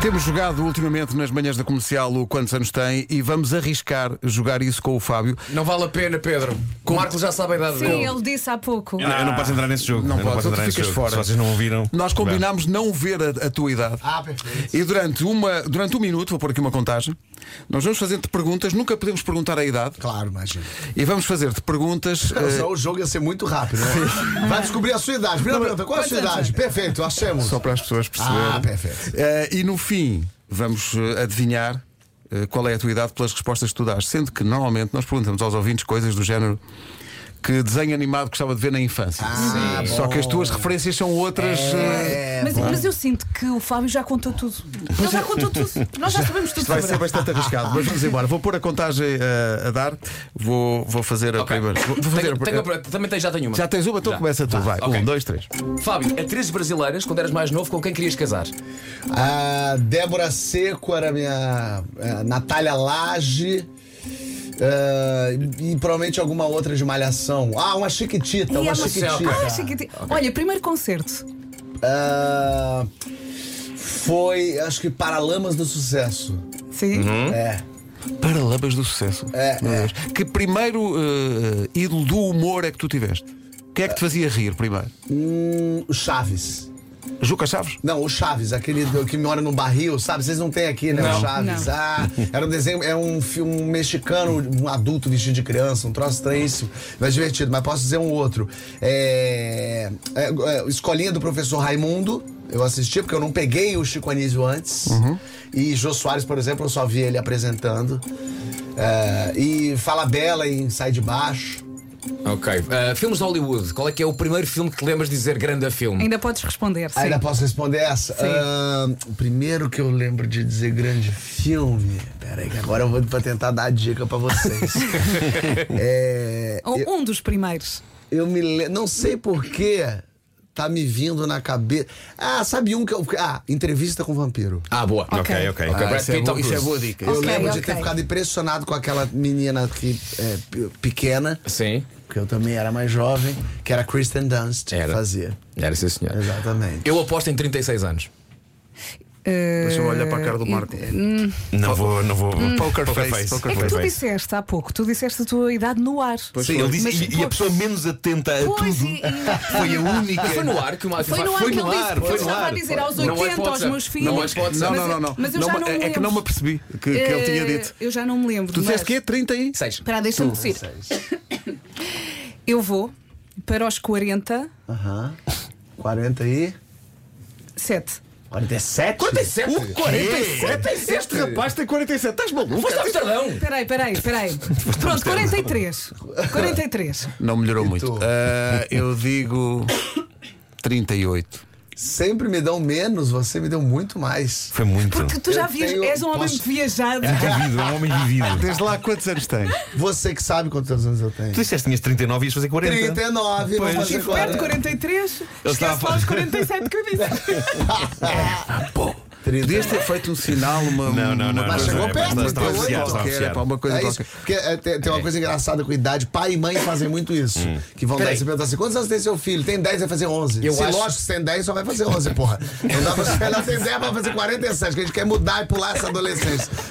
Temos jogado ultimamente nas manhãs da comercial o Quantos Anos Tem e vamos arriscar jogar isso com o Fábio. Não vale a pena, Pedro. O Marco já sabe a idade Sim, dele. ele disse há pouco. É Eu, não- eu não posso entrar nesse jogo. Não eu podes, não posso ou tu entrar nesse ficas jogo. fora. Se vocês não ouviram. Nós combinámos não ver a, a tua idade. Ah, perfeito. E durante, uma, durante um minuto, vou pôr aqui uma contagem, nós vamos fazer-te perguntas, nunca podemos perguntar a idade, Claro, imagina. e vamos fazer-te perguntas. eh, Só o jogo ia ser muito rápido. né? Vai descobrir a sua idade. Primeira pergunta, qual é a sua idade? Perfeito, achemos. Só para as pessoas perceberem. Ah, perfeito. Eh, e no fim, vamos eh, adivinhar eh, qual é a tua idade pelas respostas que tu dás. Sendo que normalmente nós perguntamos aos ouvintes coisas do género que desenho animado gostava de ver na infância. Ah, Sim. Só que as tuas referências são outras. eh, Mas, mas eu sinto que o Fábio já contou tudo. Ele já contou tudo. Nós já sabemos tudo Isto vai sobre ser ele. bastante arriscado, mas vamos embora. Vou pôr a contagem eh, a dar, vou, vou fazer a Ok. primeira. Vou vou fazer Tenho- a- tenho uma- também tenho- já tenho uma. Já tens uma, então Já. começa tu. Vai. ok. Um, dois, três. Fábio, atrizes brasileiras, quando eras mais novo, com quem querias casar? A Débora Seco era minha. eh, Natália Lage. eh, e, e provavelmente alguma outra de malhação. Ah, uma chiquitita, E uma há uma- chiquitita. Ah, chiquiti- Olha, primeiro concerto. Ah, foi, acho que Paralamas do Sucesso. Sim. Hum? Uhum. É. Paralamas do sucesso. É, Meu Deus. Que primeiro eh, ídolo do humor é que tu tiveste? O que é que te fazia rir primeiro? Hum, o Chaves. Juca Chaves? Não, o Chaves, aquele do- que mora no barril, sabe? Vocês não têm aqui, né? Não. O Chaves. Não. Ah, era um desenho, é um filme um mexicano, um adulto vestido de criança, um troço estranhíssimo, mas divertido. Mas posso dizer um outro. É, é, é, Escolinha do Professor Raimundo. Eu assisti porque eu não peguei o Chico Anísio antes. E Jô Soares, por exemplo, eu só vi ele apresentando. É, e Fala Bela em Sai de Baixo. Ok. Ah, filmes de Hollywood, qual é que é o primeiro filme que te lembras de dizer grande a filme? Ainda podes responder. Sim. Ainda posso responder essa? Ahn, o primeiro que eu lembro de dizer grande filme. Pera aí, que agora eu vou pra tentar dar a dica pra vocês. é, Ou Um dos primeiros. eu me le- Não sei porquê tá me vindo na cabeça. Ah, sabe um que eu. Ah, entrevista com o vampiro. Ah, boa. Ok. Ok, ok. Ok, Brad isso é Pitt, boa- Tom isso é Cruise. boa dica. Eu Ok, lembro de ok. ter ficado impressionado com aquela menina que é pe- pequena, Sim. porque eu também era mais jovem, que era Kristen Dunst que Era. fazia. Era sim, senhor. Exatamente. Eu aposto em 36 anos. Deixa eu olhar para a cara do Eh, Marco. Não vou. Não vou Poker face, poker É que Pois tu disseste há pouco, tu disseste a tua idade no ar. Sim, ele disse, Mas, e- e, a pois- pessoa menos atenta é a Pois, tudo e- e- foi a única. Foi no ar que o Marco Foi no ar Foi que no ele ar, disse, porque foi eu no estava ar. a dizer aos Não é 80 aos WhatsApp. meus filhos. Não é WhatsApp. Não, Mas- não, não, não. Mas eu não já me- não me é que lembro. não me apercebi que, que ele tinha Eh, dito. Eu já não me lembro. Tu disseste que é mas- 30 aí? 6. Espera, deixa-me dizer. Eu vou para os 47. Aham. 40 aí. 47? 47? 47? Este rapaz. tem 47, estás maluco? Foste a Amsterdão. Peraí, peraí, peraí. Pronto, 43. 43. Não melhorou muito. tu? Ah, eu digo 38. Sempre me dão menos, você me deu muito mais. Foi muito. Porque tu já Eu viajas, tenho- és um homem posso- viajado. Vivido, é um homem vivido. Desde lá quantos anos tens? Você que sabe quantos anos eu tenho. Tu disseste que tinhas 39 e ias fazer 40. 39, Pois. vou fazer Estive perto de 40. 43, estava esquece a lá os 47 que eu disse. Podias ter feito um sinal, uma. Não, não, não. uma- Mas chegou é, perto, mas então, estava oficial, estava qualquer, oficial. pá, uma coisa É isso, qualquer. porque é, tem, tem uma coisa engraçada com idade. Pai e mãe fazem muito isso. Que vão dar Peraí. e se perguntar assim: quantos anos tem seu filho? Tem 10, vai fazer 11. Eu se acho- lógico, se tem 10, só vai fazer 11, porra. Não dá pra se ela tem 10, vai fazer 47, que a gente quer mudar e pular essa adolescência.